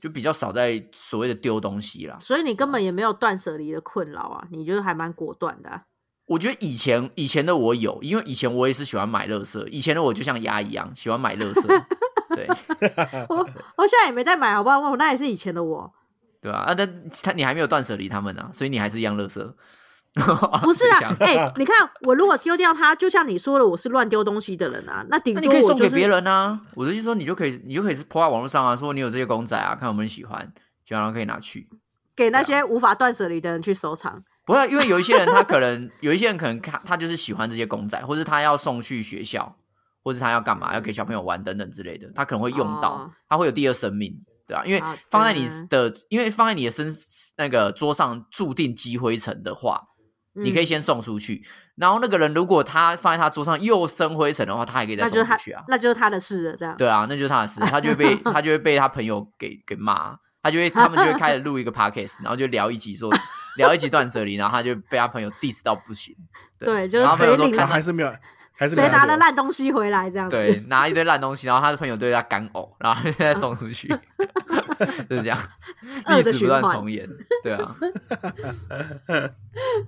就比较少在所谓的丢东西啦。
所以你根本也没有断舍离的困扰啊，你就是还蛮果断
(laughs)
的啊、
我觉得以前以前的我有，因为以前我也是喜欢买乐色，以前的我就像鸭一样喜欢买乐色，
(laughs)
对
我我现在也没在买，好不好？我那也是以前的
(laughs)
我，
对啊，啊，但他你还没有断舍离他们啊，所以你还是一样乐色。 (laughs)
不是
这
啊
样，
哎、你看我如果丢掉它，就像你说的，我是乱丢东西的人啊，那顶
那你
多
可以
我
送
就
给
是
别人啊！我的意思说，你就可以，你就可以是抛在网络上啊，说你有这些公仔啊，看有没有人喜欢，喜欢然后可以拿去。
给那些无法断舍离的人去收藏。
不会啊，因为有一些人他可能 (laughs) 有一些人可能他他就是喜欢这些公仔，或是他要送去学校，或是他要干嘛要给小朋友玩等等之类的，他可能会用到，
哦啊
他会有第二生命，对吧、因为
好的
放在你的，因为放在你的身那个桌上注定积灰尘的话，
嗯
你可以，先送出去。然后那个人如果他放在他桌上又生灰尘的话，他还可以再
那就是
送
他
出去啊，。
那就是他的事了，这样。
对啊，那就是他的事，他就会被他就会被他朋友给给骂，他就会他们就会开始录一个 podcast，然后就聊一集说聊一集断舍离，然后他就被他朋友 diss 到不行。
对就是
然后他朋友
谁
说
领
然
看
后还
到
是没有，还是
谁
没
拿了
丢
烂东西回来这样子。
对，拿一堆烂东西，然后他的朋友对他干呕，然后再送出去， (laughs) 就是这样，
(laughs) 恶
历
的
史不
循
断
环
重演，对
(laughs)
啊，对啊，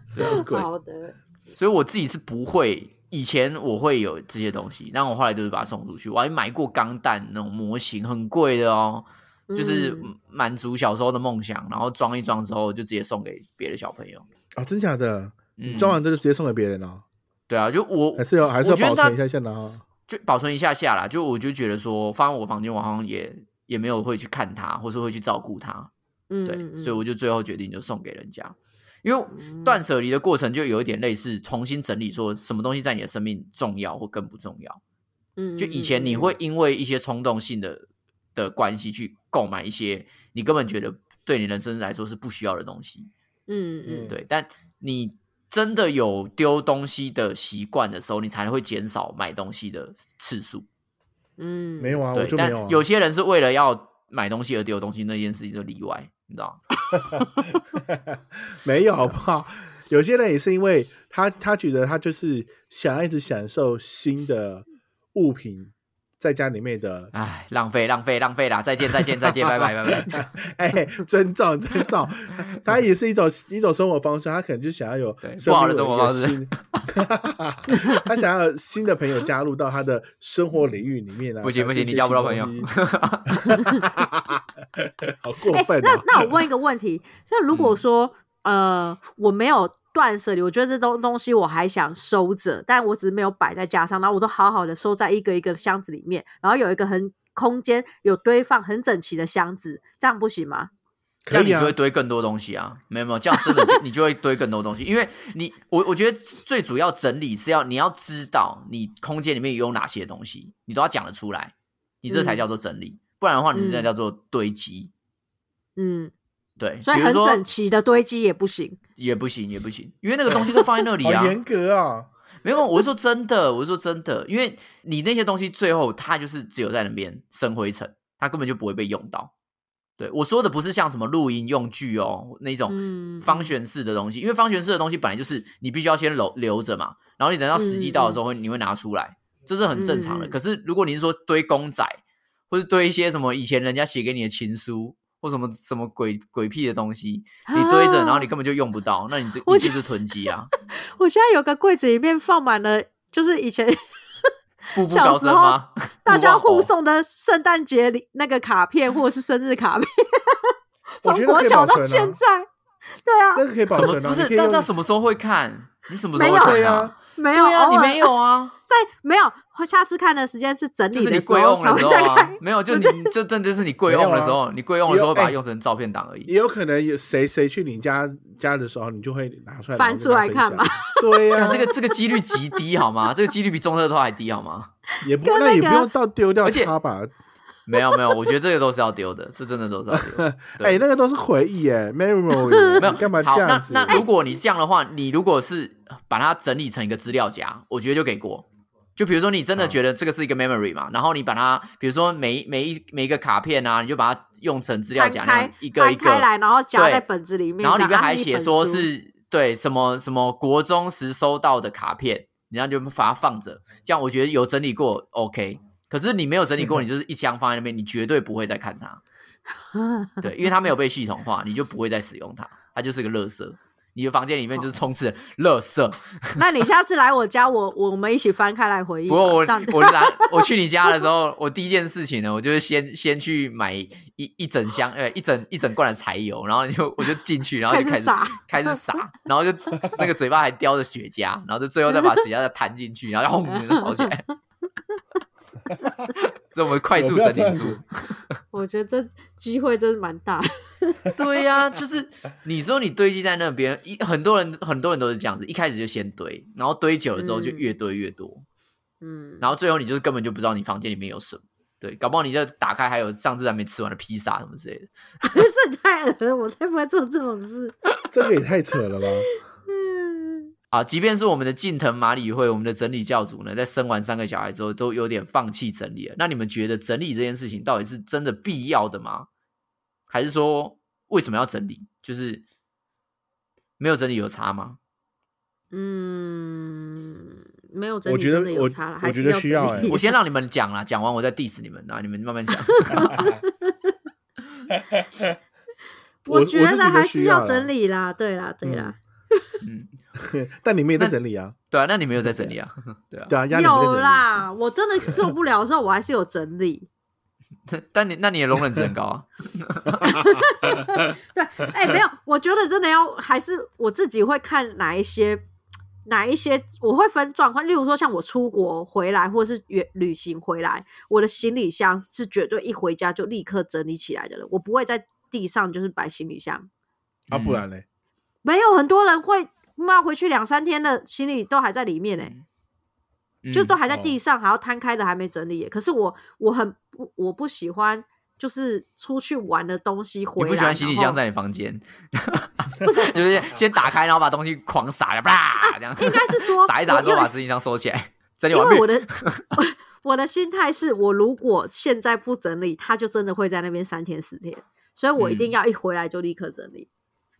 所以
好的，
所以我自己是不会，以前我会有这些东西，但我后来就是把它送出去。我还买过钢弹那种模型，很贵的哦，就是
嗯
满足小时候的梦想，然后装一装之后就直接送给别的小朋友。
啊，真假的？
嗯，
装完之后就直接送给别人了，
对啊，就我
还是要还是
我
要
觉
保
得那
存一下先拿啊。
就保存一下下啦。就我就觉得说，放在我房间，我好像也也没有会去看它，或是会去照顾它。
嗯，
对，
嗯
所以我就最后决定就送给人家，因为
嗯
断舍离的过程就有一点类似重新整理，说什么东西在你的生命重要或更不重要。
嗯
就以前你会因为一些冲动性的的关系去购买一些你根本觉得对你人生来说是不需要的东西，
嗯嗯
嗯
对，但你真的有丢东西的习惯的时候，你才会减少买东西的次数。
嗯
没有啊，我
对，
就没有啊
但。有些人是为了要买东西而丢东西，那件事情就例外，你知道吗？
没有好不好？ (laughs) 有些人也是因为他他觉得他就是想要一直享受新的物品在家里面的，
哎，浪费，浪费，浪费啦！再见，再见，再见，拜拜，拜拜。
(laughs)
(laughs)
哎，尊重尊重，他也是一种一种生活方式，他可能就想要有
对
生
不好的
命
生
有
活
一个
方式
新，
(laughs)
他想要有新的朋友加入到他的生活领域里面来。
嗯不行不
产生一
行，你
些
交不到
新
朋友
东。西 (laughs) 好过
哎，
分
(laughs)
那
哦
啊！
那我问一个问题，就如
嗯
果说、呃我没有断舍离，我觉得这东东西我还想收着，但我只是没有摆在架上，然后我都好好的收在一个一个箱子里面，然后有一个很空间有堆放很整齐的箱子，这样不行吗？
这样你
可以
就
啊
会堆更多东西啊，没有没有，这样真的就你就会堆更多东西，因为你我我觉得最主要整理是要你要知道你空间里面有哪些东西，你都要讲得出来，你这才
嗯
叫做整理，不然的话你这
嗯
叫做堆积。
嗯，
对，
所以
比如
很
说
整齐的堆积也不行。
也不行，也不行，因为那个东西都放在那
(laughs)
里啊
好。严格啊！
没有，我是说真的，我是说真的，因为你那些东西最后它就是只有在那边生灰尘，它根本就不会被用到。对我说的不是像什么露营用具哦那
嗯
种方旋式的东西，因为方旋式的东西本来就是你必须要先留留着嘛，然后你等到时机到的时候会、你会拿出来，这是很正常的。
嗯嗯嗯
可是如果你是说堆公仔，或是堆一些什么以前人家写给你的情书或什么什么鬼鬼屁的东西，你堆着，然后你根本就用不到，那你这
啊我
你
觉
就是囤
(laughs)
积啊，
我现在有个柜子里面放满了，就是以前
(laughs) 步步
小
高
时
升
候
吗？
大家
互望哦偶
互送的圣诞节礼那个卡片或者是生日卡片，
我
从
觉得
国
可以保
小
哦
到
存啊
现在，对啊，
那个可以保
什么
存啊，
不
你
是？
可以
那
用
那什么时候会看？你什么时
没
候会
有
看
对啊
啊？
没有，
对啊，
偶
你
尔
没
(laughs)
有啊，
在没有，下次看的时间是整
就
理
是你
的时
贵
候
用
才
的
会
时
(laughs)
候
再
啊
看。，
没有，就你这真的是你贵用的时
啊
候，你贵用的时候会
哎
把它用成照片档而已。
也有可能有谁谁去你家家的时候，你就会拿出来
翻出来看嘛
嘛。对呀、
看 (laughs) 这个这个几率极低好吗？这个几率比中乐透还低好吗？
也不
跟
那也
那
不
个
用到丢掉
而且
它吧。
没有没有，我觉得这个都是要丢的，这真的都是要丢
(laughs)
的。对
哎、那个都是回忆
(laughs)
哎，memory 哎。
没有
你干嘛这
好，
样
那
子？
那如果你这样的话，你如果是把它整理成一个资料夹，我觉得就给过。就比如说你真的觉得这个是一个 memory 嘛，然后你把它，比如说每一每一每一个卡片啊，你就把它用成资料
摊
夹，那样
开
啊一个一
摊开
个
来，然后夹
对
在本子里面，
然后里
这
面
样
还
它是一
写
本
说
书
是对什么什么国中时收到的卡片，你然后就把它放着，这样我觉得有整理过 OK。可是你没有整理过，你就是一箱放在那边，你绝对不会再
(laughs)
看它，对，因为它没有被系统化，你就不会再使用它，它就是个垃圾。你的房间里面
哦
就是充斥着垃圾。
那你下次来我家，我我们一起翻 (laughs) 开来回忆
不
吧。
过我
这样
我来我去你家的时候，我第一件事情呢，我就是先先去买一一整箱，呃，一整一整罐的柴油，然后就我就进去，然后就
开
开
始
始
撒
开始撒，然后就那个嘴巴还叼着雪茄，然后就最后再把雪茄再弹进去，然后轰就烧起来。这我们快速整理术，
我觉得这机会真的蛮大。
(laughs) 对呀、就是你说你堆积在那边，一很多人很多人都是这样子，一开始就先堆，然后堆久了之后就
嗯
越堆越多。
(laughs) 嗯，
然后最后你就是根本就不知道你房间里面有什么。对，搞不好你就打开还有上次还没吃完的披萨什么之类的。
这也太恶了，我才不会做这种事。
这个也太扯
(laughs)
了吧！
嗯，
啊，即便是我们的近藤麻里惠，我们的整理教主呢，在生完三个小孩之后，都有点放弃整理了。那你们觉得整理这件事情到底是真的必要的吗？还是说为什么要整理？就是
(laughs)
没有整理有差吗？
嗯，没有整
我
理
觉得
真的有
我
差了，
我
还
觉
是
得
要
需
整
要
理
欸
我先让你们讲啦，讲完我再 diss 你们，然后你们慢
(laughs)
慢讲。
我
我
我
觉
是
得
觉得
还
需
是
要
要
啦
整理啦，对啦，对啦，
嗯，
但你们也在
那
整理啊，
对啊，那你们有在整理啊？对啊，
对啊，压力也在整
有
理。
啦，我真的受不了的时候，我还是有整理。啊
但你那你的容忍值很
(laughs)
高啊。
对，哎、没有，我觉得真的要还是我自己会看哪一些。哪一些我会分状况，例如说像我出国回来，或是远旅行回来，我的行李箱是绝对一回家就立刻整理起来的了，我不会在地上就是摆行李箱。
啊，不
嗯
然嘞， (laughs)
没有很多人会妈回去两三天的行李都还在里面呢、欸
嗯
就都还在地
哦
上，还要摊开的还没整理耶、可是我我很不我不喜欢，就是出去玩的东西
你
回来，
不喜欢行李
然
箱
后
在你房间，
不是
(laughs) 就是先打开，然后把东西狂撒呀，啪
(laughs)
这样。
应该是说
(laughs) 撒一撒
哦我
之后
因为
把行李箱收起来，整理
因
完毕
为。我的我
(laughs)
我的心态是我如果现在不整理，它就真的会在那边三天四天，所以我一定
嗯
要一回来就立刻整理。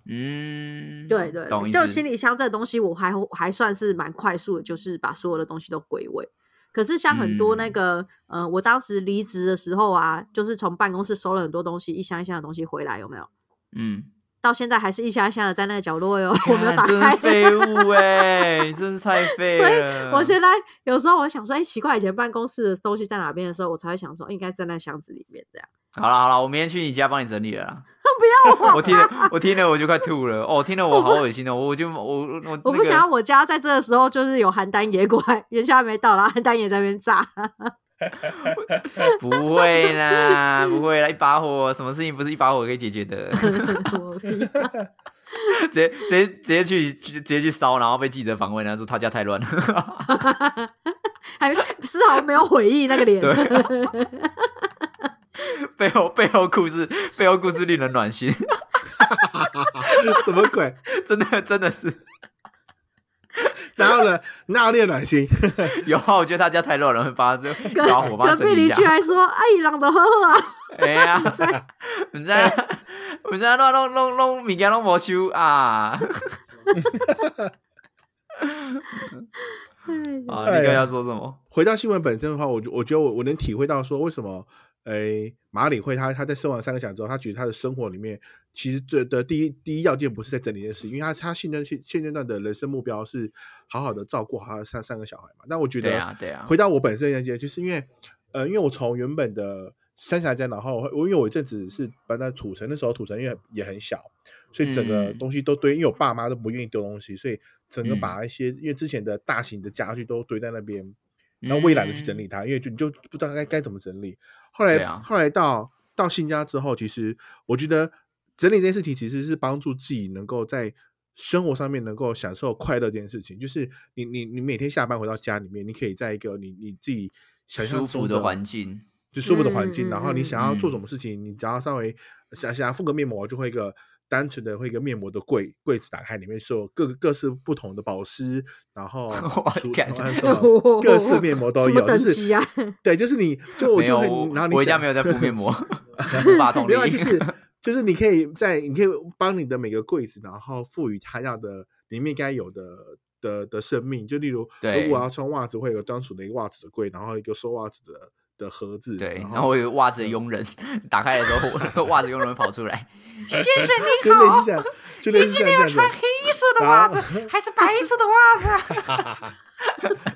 嗯，
对对
懂
对，
意
就
思。
行李箱这东西，我还还算是蛮快速的，就是把所有的东西都归位。可是像很多那
嗯
个、呃，我当时离职的时候啊，就是从办公室收了很多东西，一箱一箱的东西回来，有没有？
嗯，
到现在还是一箱一箱的在那个角落哟， (laughs) 我没有打
干真是
开。(laughs)
废物哎，你真是太废
所以
了。
我现在有时候我想说，哎、奇怪，以前办公室的东西在哪边的时候，我才会想说，应该是在那箱子里面这样。
好了好了，我明天去你家帮你整理了啦。
不要我，
(laughs) 我听了，我听了，我就快吐了。哦，听了我好恶心哦，我就我我我那
我不想要
个，
我家在这个时候就是有邯郸野果， (laughs) 元宵还没到，然后邯郸野在那边炸。 (laughs)
不会啦，不会啦，一把火，什么事情不是一把火可以解决的？ (laughs)
我屁
直接直接直接去直接去烧，然后被记者访问，然后说他家太乱了。 (laughs)
还丝毫没有回忆那个脸。 (laughs)
对 (laughs) 背后背后故事，背后故事令人暖心，
什么鬼？
真的 (laughs) 真的是
然后呢，哪有恋暖心？
有啊！我觉得他家太乱了，会把这
隔
把火把它
隔
整
壁
理一
邻居
下。
还说：“阿姨郎的呵呵啊，
哎呀， (laughs) 我们在我们在啊乱弄弄弄物件弄没收啊！啊，
哎呀
你刚要说什么？
回到新闻本身的话，我就我觉得我我能体会到说为什么，诶，马里会他他在生完三个小孩之后，他觉得他的生活里面其实最的第一第一要件不是在整理这件事，因为他他现阶现现阶段的人生目标是好好的照顾好他的三三个小孩嘛。但我觉
对
得
啊，对啊，
回到我本身的件，就是因为，呃，因为我从原本的三峡家，然后我因为我一阵子是搬到土城，那时候土城因为也很小，所以整个
嗯
东西都堆，因为我爸妈都不愿意丢东西，所以整个
嗯
把一些、因为之前的大型的家具都堆在那边，然后我也
嗯
懒得去整理它，因为就你就不知道该该怎么整理。后来、
对啊
后来到到新家之后，其实我觉得整理这件事情其实是帮助自己能够在生活上面能够享受快乐这件事情。就是你你你每天下班回到家里面，你可以在一个你你自己想
嗯
象
舒服
中
的环境。
就舒服的环境，
嗯
然后你
嗯
想要做什
嗯
么事情，你只要稍微想想要敷个面膜，就会一个单纯的会一个面膜的柜柜子打开，里面是有各各式不同的保湿，然后
(laughs) 我
除
感
然后什么
觉
各式面膜都
什
有，
么
就
等
是
级啊？
对，就是
(laughs)
你就我
没
就
有，
会，
我
然后你
我家
想
没有在敷
(laughs)
面膜，无法同
没有啊，
理
就。
(laughs)
是就是你可以在你可以帮你的每个柜子，然后赋予它要的里面该有的的的生命。就例如，如
对
果我要穿袜子，会有专属的一个袜子的柜，然后一个收袜子的的盒子。
对，
然
然
后
后我有袜子的佣人，打开的时候，我
(laughs)
那个袜子佣人会跑出来，先生
就类似这样，就类似这样这样子，
黑色
的袜子 (laughs)
还是白色的袜子？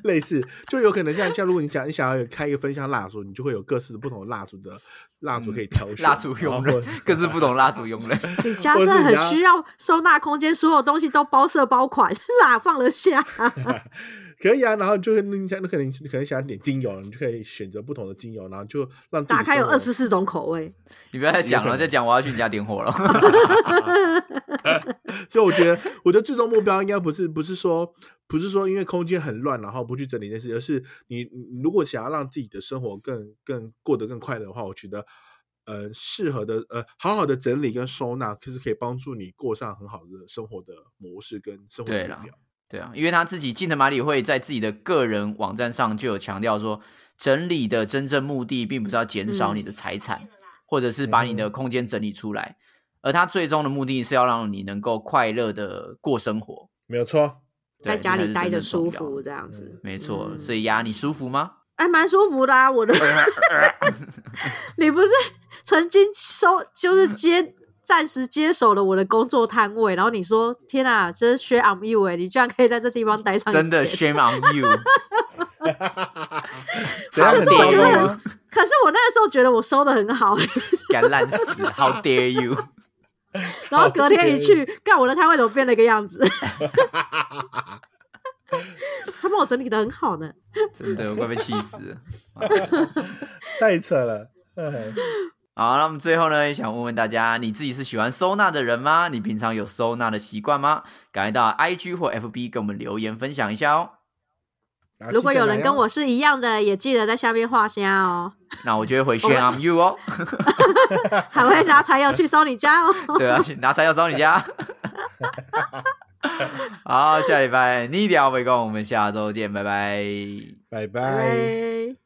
类似就有可能像像如果你想你想要有开一个分香蜡烛，你就会有各式不同的蜡烛的蜡烛可以挑选，
嗯蜡烛
然后
佣
或
人
者是，
更是不懂蜡烛佣人。 (laughs)
你家
或
真
者
的
是你
很
要
需要收纳空间，所有东西都包色包款， (laughs) 哪放得下？
(laughs) 可以啊，然后就是你想，你可能你可能想要点精油，你就可以选择不同的精油，然后就让自己
打开有
生活
二十四种口味，
你不要再讲
有可
了，
能
再讲我要去你家点火了。
所以我觉得我的最终目标应该不是不是说不是说因为空间很乱，然后不去整理这件事，而是你你如果想要让自己的生活更更过得更快乐的话，我觉得呃适合的呃好好的整理跟收纳，就是可以帮助你过上很好的生活的模式跟生活的
对
目
啦
标。
对啊，因为他自己进藤马里会在自己的个人网站上就有强调说，整理的真正目的并不是要减少
嗯
你的财产，或者是把你的空间整理出来，而他最终的目的是要让你能够快乐的过生活。
没有错，
在
对
家
这才
里
是
待
真
着
正
舒
爽聊
服这样子，
没错，
嗯
所以呀，你舒服吗？
哎，蛮舒服的啊。
(laughs)
我的，你不是曾经收就是接暂时接手了我的工作摊位，然后你说天啊，这是 share on you 哎、你居然可以在这地方待上一
真的
天
shame on
(laughs)
you，
怎样
可
很
是我
糟
觉
糕
得
吗
很？，可是我那个时候觉得我收的很好，
敢烂死，How dare you！
然后隔天一去，看我的摊位怎么变了一个样子， (laughs) 他帮我整理的很好呢。
真的，我快被气死了。
太扯了。 (laughs) 嗯
好，那我们最后呢，也想问问大家，你自己是喜欢收纳的人吗？你平常有收纳的习惯吗？赶快到 IG 或 FB 给我们留言分享一下哦。
啊
如果有
哦
人跟我，是一样的，也记得在下面画虾哦， (laughs)
那我就会回 shame on you 哦。
还会拿柴油去收你家哦。
对啊，拿菜要找你家。 (laughs) 好，下礼拜你一定要回我们下周见，拜拜。
拜拜。
拜。